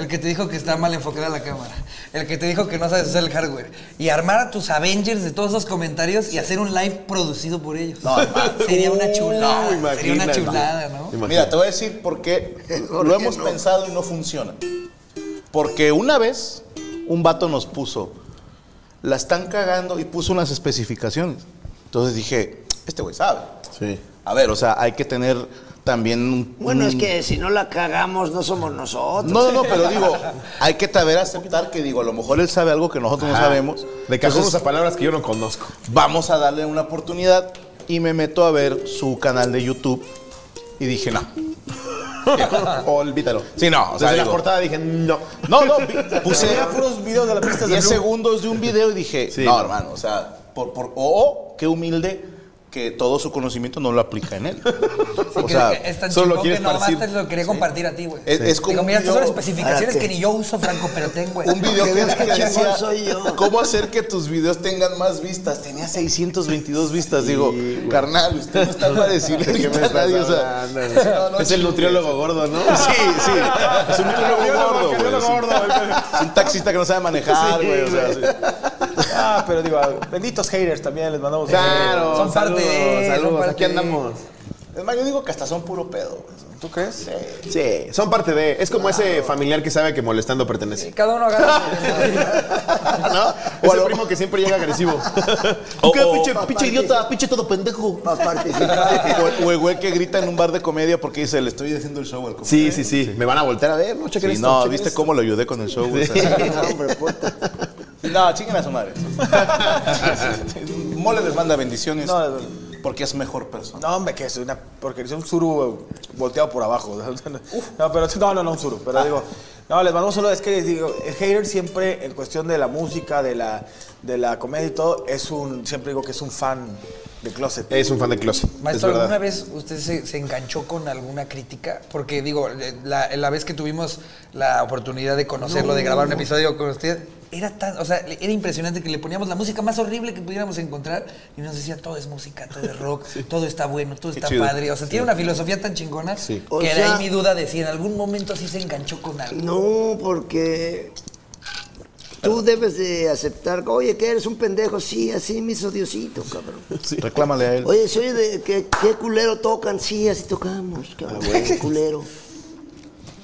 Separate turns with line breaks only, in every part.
El que te dijo que está mal enfocada la cámara. El que te dijo que no sabes usar el hardware. Y armar a tus Avengers de todos esos comentarios y hacer un live producido por ellos.
No, hermano.
Sería una
No,
chulada. sería una
imagínate.
chulada, ¿no?
Imagínate.
Mira, te voy a decir por qué
¿Por
lo
qué
hemos
no?
pensado y no funciona. Porque una vez un vato nos puso, la están cagando y puso unas especificaciones. Entonces dije, este güey sabe.
Sí.
A ver, o sea, hay que tener también un...
Bueno, es
un-
que si no la cagamos, no somos nosotros.
Mm. No, no, no, pero digo, hay que saber aceptar que digo, a lo mejor él sabe algo que nosotros no
Ajá.
sabemos.
Ah. De cajón
Entonces,
usa palabras que yo no conozco.
vamos a darle una oportunidad y me meto a ver su canal de YouTube y dije, no. Olvídalo. Sí, no, o sea,
Desde la
digo,
portada dije, no.
No, no, vi- puse
puros videos de la pista
10 segundos de un video y dije,
Sí.
no, hermano, o sea, por, por, o o, qué humilde que todo su conocimiento no lo aplica en él.
Sí,
o
que-
sea,
que es tan chingón
solo
que
quieres
nomás te
parecer-
lo quería compartir a ti, güey.
Es- es como
Digo,
un
mira, estas son las
video-
especificaciones
¿para
que
qué?
ni yo uso, Franco, pero ten, güey.
un video
Que
que,
veas qué
que
chingón
decía,
soy yo.
¿cómo hacer que tus videos tengan más vistas? Tenía 622 vistas, digo, carnal, usted no está para decirle
¿De qué
ahorita
me
a
estás
nadie, o sea,
hablando?
no, no,
es el
chingue.
nutriólogo gordo, ¿no?
Sí, sí. Es un nutriólogo gordo, güey,
nutriólogo
sí.
Ah, gordo.
Es un taxista que no sabe manejar,
Sí,
güey. o sea,
güey.
sí.
Ah, pero digo, benditos haters también les mandamos.
Claro,
Son parte de, son
saludos, saludos.
parte
Aquí
de.
andamos.
Es más, yo digo que hasta son puro pedo, güey.
¿Tú crees?
Sí, Eh, son parte de. Es como ese familiar que sabe que molestando pertenece.
Cada uno agarra.
¿No?
O a
Ese
lo-
primo que siempre llega agresivo.
¿Tú
O- o-
pinche idiota, pinche todo pendejo?
Para participar.
O, o el güey que grita en un bar de comedia porque dice, le estoy haciendo el show al compa.
Sí, sí, sí. Me van a voltear a ver, ¿no?
Sí,
Chequen esto,
no,
chequen
¿viste
esto.
cómo lo ayudé con el show? güey? O sea,
No, hombre, puta.
No, chinguen a su madre. Mole les manda bendiciones
No, no, no.
porque es mejor persona.
No, hombre, que es una. Porque es un suru eh, volteado por abajo. No, pero no, no, no, un suru. Pero digo, no, les mandamos solo. Es que les digo, el hater siempre, en cuestión de la música, de la, de la comedia y todo, es un. Siempre digo que es un fan de closet.
Eh,
Es un fan de Closet. es
Maestro,
verdad.
¿alguna vez usted se, se enganchó con alguna crítica? Porque digo, eh, la, la vez que tuvimos la oportunidad de conocerlo, de grabar un episodio con usted, era tan, o sea, le- era impresionante que le poníamos la música más horrible que pudiéramos encontrar y nos decía todo es música, todo es rock, todo está bueno, todo está
chido.
padre. O sea, tiene una filosofía tan chingona
O
que era
sea-
ahí mi duda de si en algún momento sí se enganchó con algo.
No, porque tú debes de aceptar, oye, que eres un pendejo, sí, así me hizo Diosito, cabrón.
Reclámale a él.
Oye, soy de que qué culero tocan, sí, así tocamos, cabrón. qué culero.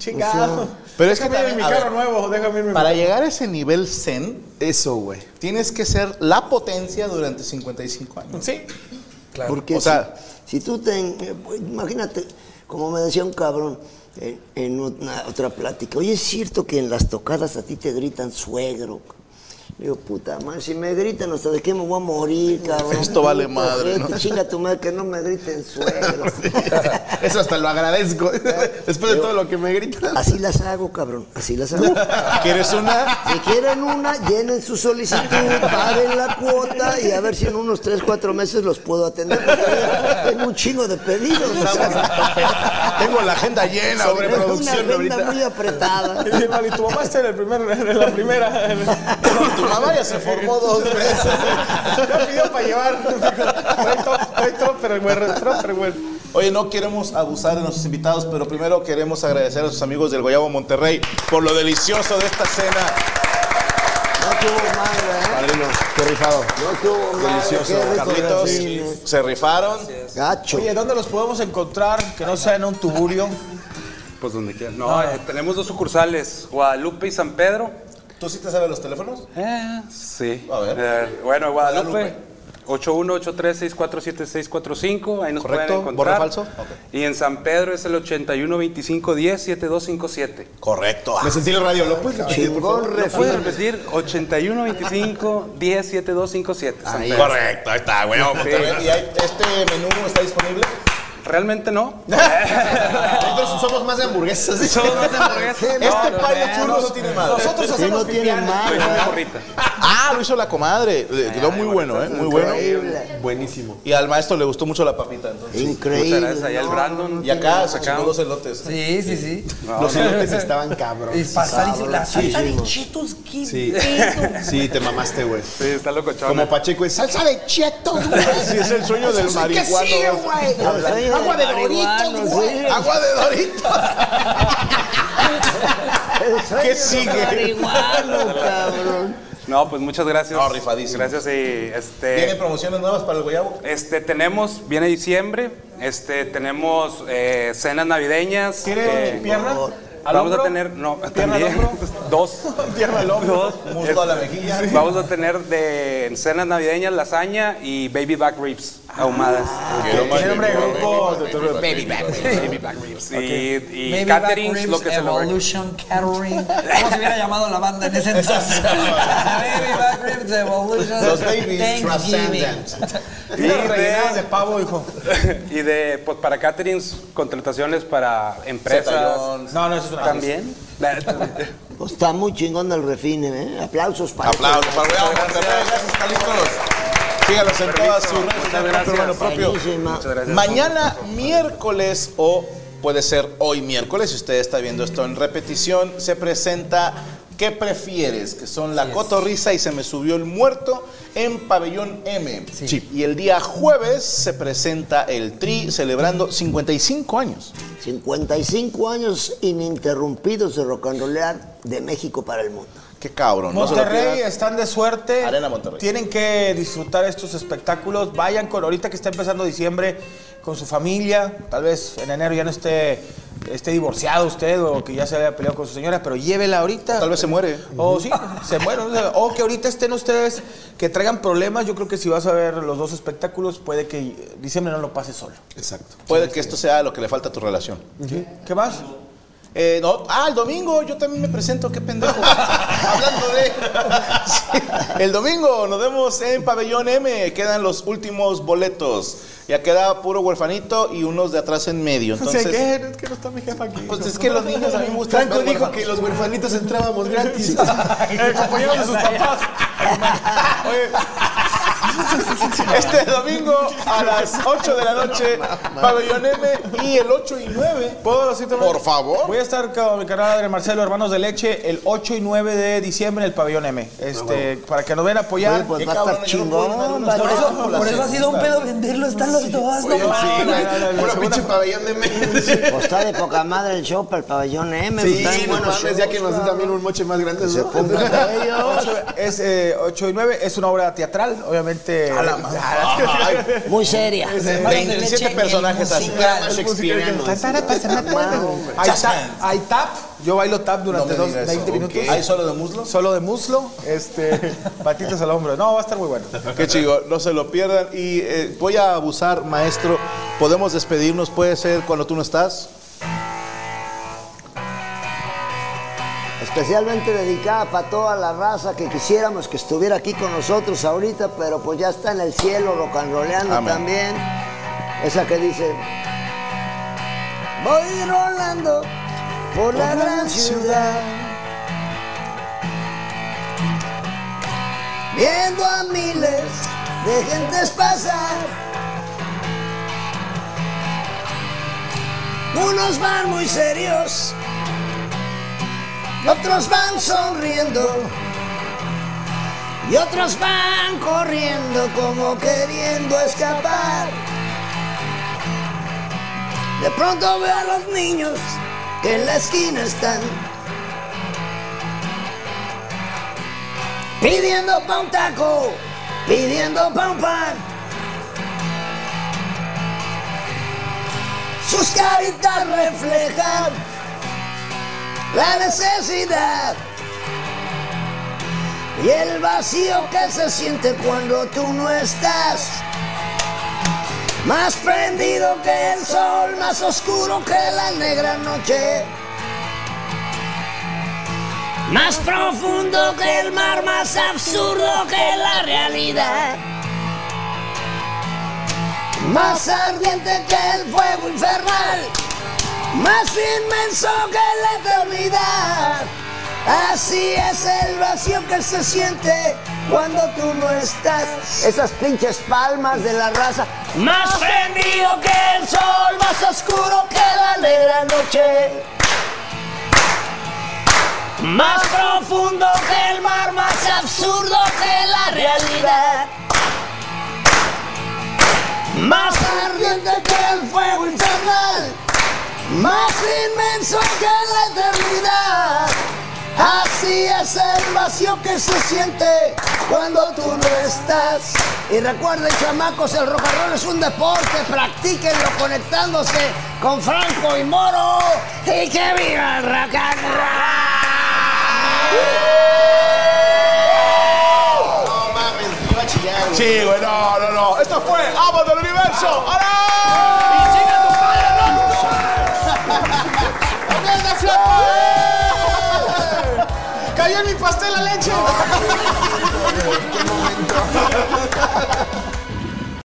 Chingado.
Pero es que
Déjame ir
también-
mi
a
carro
ver,
nuevo, déjame ir mi
Para llegar a ese nivel zen,
Eso, güey.
tienes que ser la potencia durante 55 años.
Sí.
Claro.
Porque
O sea-
si, si tú te... eh, pues, Imagínate, como me decía un cabrón eh, en una- otra plática, oye, es cierto que en las tocadas a ti te gritan suegro. Le Digo, puta madre, si me gritan hasta de qué me voy a morir, cabrón.
Esto vale
Puto
madre,
ojete,
¿no?
Chinga tu madre que no me griten suegro.
Eso hasta lo agradezco. Después de todo lo que me gritan.
Así las hago, cabrón. Así las hago.
¿Quieres una?
Si quieren una, llenen su solicitud, paguen la cuota y a ver si en unos 3, 4 meses los puedo atender. porque Tengo un chingo de pedidos. o sea,
Tengo la agenda llena.
tengo
Sobreproducción
una agenda
ahorita.
muy apretada.
Y, hermano, y tu mamá está en, el primer, en la primera.
Tu mamá ya se formó dos veces.
Yo pidió para llevar. Trae top, trae topper, güey, topper, güey.
Oye, no queremos abusar de nuestros invitados, pero primero queremos agradecer a sus amigos del Guayabo Monterrey por lo delicioso de esta cena.
No tuvo madre, ¿eh?
Padrino, qué rifado.
No tuvo madre.
Delicioso.
qué rico
Carlitos,
cine.
se rifaron.
Gacho.
Oye, ¿dónde los podemos encontrar? Que no sea en un tuburio.
Pues donde quieran. No, eh, tenemos dos sucursales, Guadalupe y San Pedro.
¿Tú sí te sabes los teléfonos?
Eh, sí.
A ver.
Eh, bueno, Guadalupe.
Guadalupe.
8183-647-645, ahí nos
Correcto,
pueden encontrar.
¿borra falso? Ok.
Y en San Pedro es el 812510-7257.
Correcto.
Me sentí en la radio. ¿Lo puedes repetir, por favor?
Chingón
¿Lo puedes
refil.
repetir? 812510-7257.
Ah,
San Pedro.
Correcto, ahí está, güey. ¿Y hay- este menú está disponible?
Realmente no.
Nosotros somos más de hamburguesas.
Somos más de hamburguesas.
Este
No, no,
par de
no,
churros no tiene madre.
Nosotros
Sí,
hacemos
no tiene
pipián.
Yo hice mi
madre. ¿eh?
gorrita.
Ah, lo hizo la comadre. Le Quedó muy bueno, ¿eh? Muy bueno.
Increíble.
Buenísimo.
Y al maestro le gustó mucho la papita, entonces.
Increíble.
Muchas gracias, ahí al
no,
Brandon.
Y acá se chingó
Sacamos.
los elotes.
Sí, sí, sí.
Los elotes estaban
Y
cabros.
pasar y la salsa de
Sabrosísimo.
chetos, qué
Sí.
pedo.
Sí, te mamaste, güey.
Sí, está locochón.
Como Pacheco es salsa de chetos, güey. Sí, es el sueño del marihuano.
Los sueños
Agua de
marihuanos,
doritos, güey.
sí.
Agua de doritos.
¿Qué sigue?
Marihuano, cabrón.
No, pues muchas gracias.
No, rifadísimo.
Gracias y
¿Vienen
este.
promociones nuevas para el Guayabo?
Este, tenemos, viene diciembre, este, tenemos eh, cenas navideñas.
¿Quiere
eh,
pierna? ¿Al
Vamos a
hombro?
tener, no,
¿Pierna al
también,
hombro?
dos.
Pierna al hombro.
Dos. Este,
Muslo a la mejilla.
Vamos a tener de en cenas navideñas lasaña y baby back ribs ahumadas.
Quiero más nombre de grupo?
Baby back.
Baby back ribs. Y- Y,
Baby back
caterings,
ribs,
lo que se logre.
Evolution Catering. ¿Cómo se hubiera llamado la banda en ese entonces? Baby Back Ribs Evolution.
Los babies
Thanksgiving.
transcendent.
Y de-
rellenadas de pavo, hijo.
Y de, pues para caterings, contrataciones para empresas.
Zetallón.
No, no, eso es una
También.
Pues está muy chingón el refine, ¿eh? Aplausos para
Aplausos para el Guayabo Monterrey. Gracias, Carlitos. Sígalos en todas sus redes.
Muchas gracias.
Hermano propio.
Buenísima.
Muchas gracias.
Mañana miércoles o puede ser hoy miércoles, si usted está viendo esto en repetición, se presenta ¿Qué prefieres? Que son La Cotorrisa y Se Me Subió el Muerto en Pabellón M. Sí. Y el día jueves se presenta el Tri celebrando 55 años.
55 años ininterrumpidos de rock and rollear de México para el mundo.
Qué cabrón. ¿no? Se lo
Monterrey
pierdan.
están de suerte.
Arena Monterrey.
Tienen que disfrutar estos espectáculos. Vayan con ahorita que está empezando diciembre con su familia. Tal vez en enero ya no esté, esté divorciado usted o que ya se haya peleado con su señora, pero llévela ahorita.
Tal vez se muere.
O sí, se mueren. O sea, o que ahorita estén ustedes que traigan problemas. Yo creo que si vas a ver los dos espectáculos, puede que diciembre no lo pase solo.
Exacto.
Puede que esto sea lo que le falta a tu relación.
¿Qué más?
Eh, no, ah, el domingo yo también me presento, qué pendejo. Hablando de. Sí, el domingo nos vemos en Pabellón M. Quedan los últimos boletos. Ya queda puro huerfanito y unos de atrás en medio. Entonces,
Pues, ¿qué? Es que no está mi jefa aquí.
pues es que los niños a mí me gustan.
Franco
ver
dijo
huérfanos.
que los huerfanitos entrábamos gratis.
El compañero de sus papás.
Este domingo a las 8 de la noche, Pabellón M y el 8 y 9.
¿Puedo decirte una-
Por favor.
Voy a estar con mi canal Adrián Marcelo, Hermanos de Leche, el 8 y 9 de diciembre en el Pabellón M. Este, Para que nos ven a apoyar.
Oye, pues
qué
va a estar
cabrón, yo no puedo ir a ver
chingón. Pues
unas
va a
Por
horas.
estar-
eso, por eso ha sido un pedo venderlo. Están los dos, no
Oye,
mames.
sí, güey.
no, no, no,
Puro
no,
pinche
no.
pabellón de memes.
Pues está de poca madre el show para el pabellón M. pues
Sí,
están
no
buenos
mames,
shows,
ya que nos den
cabrón.
también un moche más grande.
Se
¿no?
pongan de ellos.
Es eh, 8 y 9, es una obra teatral, obviamente. Ah, A la
Muy seria.
Hermanos de
27
leche,
personajes
el
así.
musical.
Shakespeareano.
Hay tap, hay tap. Yo bailo tap durante
me
dos-
digas
20
eso,
minutos.
ok. ¿Hay solo de muslo?
Solo de muslo, este, patitas al hombro. No, va a estar muy bueno.
Qué chido, no se lo pierdan. Y eh, voy a abusar, maestro. ¿Podemos despedirnos? ¿Puede ser cuando tú no estás?
Especialmente dedicada para toda la raza que quisiéramos que estuviera aquí con nosotros ahorita, pero pues ya está en el cielo rocanroleando
Amén.
también. Esa que dice, voy rolando por la gran ciudad, viendo a miles de gentes pasar. Unos van muy serios, y otros van sonriendo y otros van corriendo como queriendo escapar. De pronto veo a los niños que en la esquina están pidiendo pa' un taco, pidiendo pa' un pan. Sus caritas reflejan la necesidad y el vacío que se siente cuando tú no estás. Más prendido que el sol, más oscuro que la negra noche. Más profundo que el mar, más absurdo que la realidad. Más ardiente que el fuego infernal más inmenso que la eternidad. Así es el vacío que se siente cuando tú no estás. Esas pinches palmas de la raza. Más prendido que el sol, más oscuro que la negra noche. Más profundo que el mar, más absurdo que la realidad. Más ardiente que el fuego infernal más inmenso que la eternidad. es el vacío que se siente cuando tú no estás. Y recuerden, chamacos, el rock and roll es un deporte. Practíquenlo conectándose con Franco y Moro. ¡Y que viva el rock and
No mames, iba a chillar, güey. Sí, güey, no, no, no. Esto fue Amos del Universo. ¡Ahora! ¡Cayó en mi pastel la leche!
roll!